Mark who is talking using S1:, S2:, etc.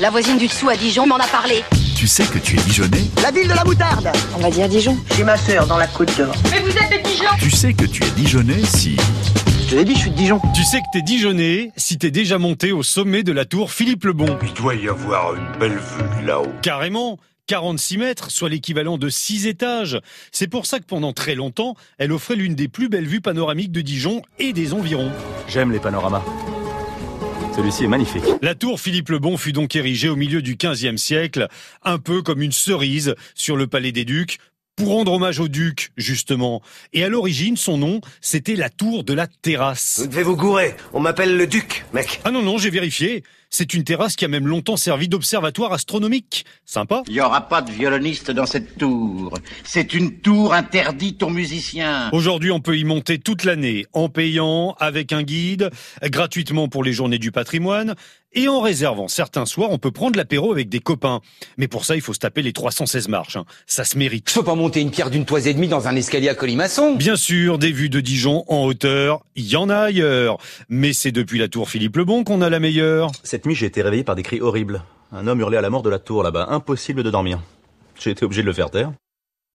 S1: La voisine du dessous à Dijon m'en a parlé.
S2: Tu sais que tu es Dijonais
S3: La ville de la moutarde
S4: On va dire Dijon.
S3: J'ai ma sœur dans la Côte d'Or.
S5: Mais vous êtes de Dijon
S2: Tu sais que tu es Dijonais si...
S3: Je te l'ai dit, je suis de Dijon.
S6: Tu sais que t'es Dijonais si t'es déjà monté au sommet de la tour Philippe le Bon.
S7: Il doit y avoir une belle vue là-haut.
S6: Carrément 46 mètres, soit l'équivalent de 6 étages. C'est pour ça que pendant très longtemps, elle offrait l'une des plus belles vues panoramiques de Dijon et des environs.
S8: J'aime les panoramas. Celui-ci est magnifique.
S6: La tour Philippe le Bon fut donc érigée au milieu du XVe siècle, un peu comme une cerise sur le palais des ducs, pour rendre hommage au duc, justement. Et à l'origine, son nom, c'était la tour de la terrasse.
S9: Vous devez vous gourer, on m'appelle le duc, mec.
S6: Ah non, non, j'ai vérifié. C'est une terrasse qui a même longtemps servi d'observatoire astronomique. Sympa.
S10: Il n'y aura pas de violoniste dans cette tour. C'est une tour interdite aux musiciens.
S6: Aujourd'hui, on peut y monter toute l'année, en payant, avec un guide, gratuitement pour les journées du patrimoine, et en réservant certains soirs, on peut prendre l'apéro avec des copains. Mais pour ça, il faut se taper les 316 marches. hein. Ça se mérite.
S11: Faut pas monter une pierre d'une toise et demie dans un escalier à colimaçon.
S6: Bien sûr, des vues de Dijon en hauteur, il y en a ailleurs. Mais c'est depuis la tour Philippe le Bon qu'on a la meilleure.
S8: Cette nuit, j'ai été réveillé par des cris horribles. Un homme hurlait à la mort de la tour là-bas. Impossible de dormir. J'ai été obligé de le faire taire.